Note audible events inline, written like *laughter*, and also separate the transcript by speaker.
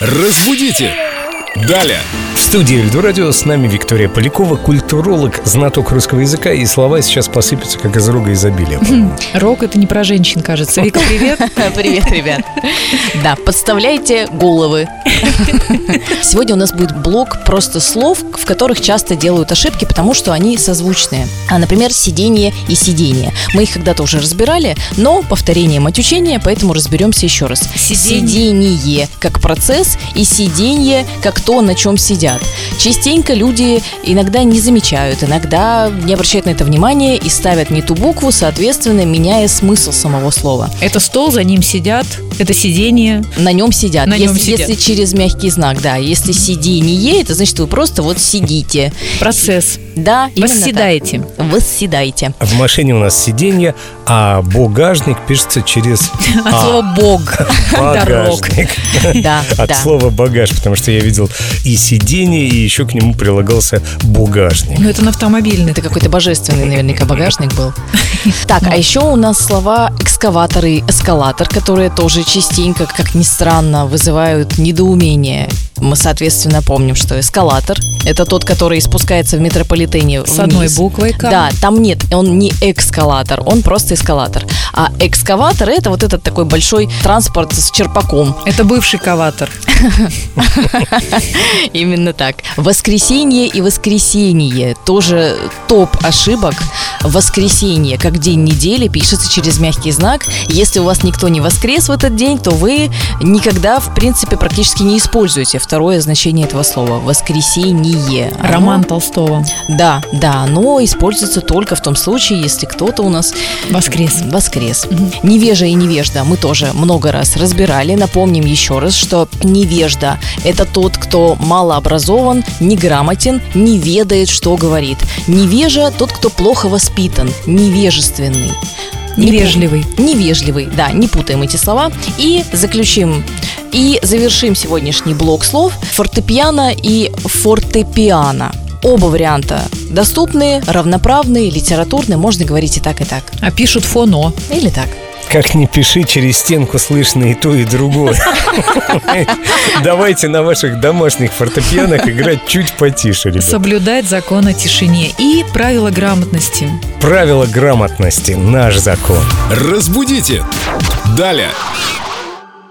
Speaker 1: Разбудите! Далее!
Speaker 2: В студии Эльдорадио с нами Виктория Полякова, культуролог, знаток русского языка, и слова сейчас посыпятся, как из рога изобилия.
Speaker 3: Рок это не про женщин, кажется. Вика, привет.
Speaker 4: *laughs* Привет, ребят. Да, подставляйте головы. *laughs* Сегодня у нас будет блок просто слов, в которых часто делают ошибки, потому что они созвучные. А, например, сиденье и сидение. Мы их когда-то уже разбирали, но повторение мать учения, поэтому разберемся еще раз.
Speaker 3: Сиденье.
Speaker 4: Сидение как процесс и сиденье как то, на чем сидят. Частенько люди иногда не замечают, иногда не обращают на это внимания и ставят не ту букву, соответственно, меняя смысл самого слова.
Speaker 3: Это стол, за ним сидят, это сиденье.
Speaker 4: На нем сидят.
Speaker 3: На
Speaker 4: если,
Speaker 3: нем сидят.
Speaker 4: если через мягкий знак, да. Если сиденье, это значит, вы просто вот сидите.
Speaker 3: Процесс.
Speaker 4: Да, именно так.
Speaker 3: Восседаете.
Speaker 4: Восседаете.
Speaker 2: В машине у нас сиденье, а багажник пишется через
Speaker 3: От слова «бог». «дорог».
Speaker 2: багажник.
Speaker 4: Да,
Speaker 2: *laughs* От
Speaker 4: да.
Speaker 2: слова багаж, потому что я видел и сиденье, и еще к нему прилагался багажник.
Speaker 3: Ну, это на автомобильный.
Speaker 4: Это какой-то божественный наверняка багажник
Speaker 3: *laughs*
Speaker 4: был. Так, а еще у нас слова экскаватор и эскалатор, которые тоже частенько, как ни странно, вызывают недоумение. Мы, соответственно, помним, что эскалатор – это тот, который спускается в метрополитене
Speaker 3: С одной
Speaker 4: вниз.
Speaker 3: буквой «к».
Speaker 4: Да, там нет, он не экскалатор, он просто эскалатор. А экскаватор – это вот этот такой большой транспорт с черпаком. *laughs*
Speaker 3: Это бывший каватор.
Speaker 4: Именно так. Воскресенье и воскресенье. Тоже топ ошибок. Воскресенье, как день недели, пишется через мягкий знак. Если у вас никто не воскрес в этот день, то вы никогда, в принципе, практически не используете второе значение этого слова. Воскресенье. Оно-
Speaker 3: Роман Толстого.
Speaker 4: Да, да, оно используется только в том случае, если кто-то у нас
Speaker 3: Воскрес.
Speaker 4: Воскрес. Невежа и невежда мы тоже много раз разбирали. Напомним еще раз, что невежда – это тот, кто малообразован, неграмотен, не ведает, что говорит. Невежа – тот, кто плохо воспитан, невежественный. Не
Speaker 3: Невежливый.
Speaker 4: пу- Невежливый, да, не путаем эти слова. И заключим и завершим сегодняшний блок слов фортепиано и фортепиано. Оба варианта доступны, равноправные, литературные, можно говорить и так, и так.
Speaker 3: А пишут фоно.
Speaker 4: Или так.
Speaker 2: Как ни пиши, через стенку слышно и то, и другое. *laughs* Давайте на ваших домашних фортепианах играть чуть потише, ребята.
Speaker 3: Соблюдать закон о тишине и правила грамотности.
Speaker 2: Правила грамотности – наш закон.
Speaker 1: Разбудите! Далее!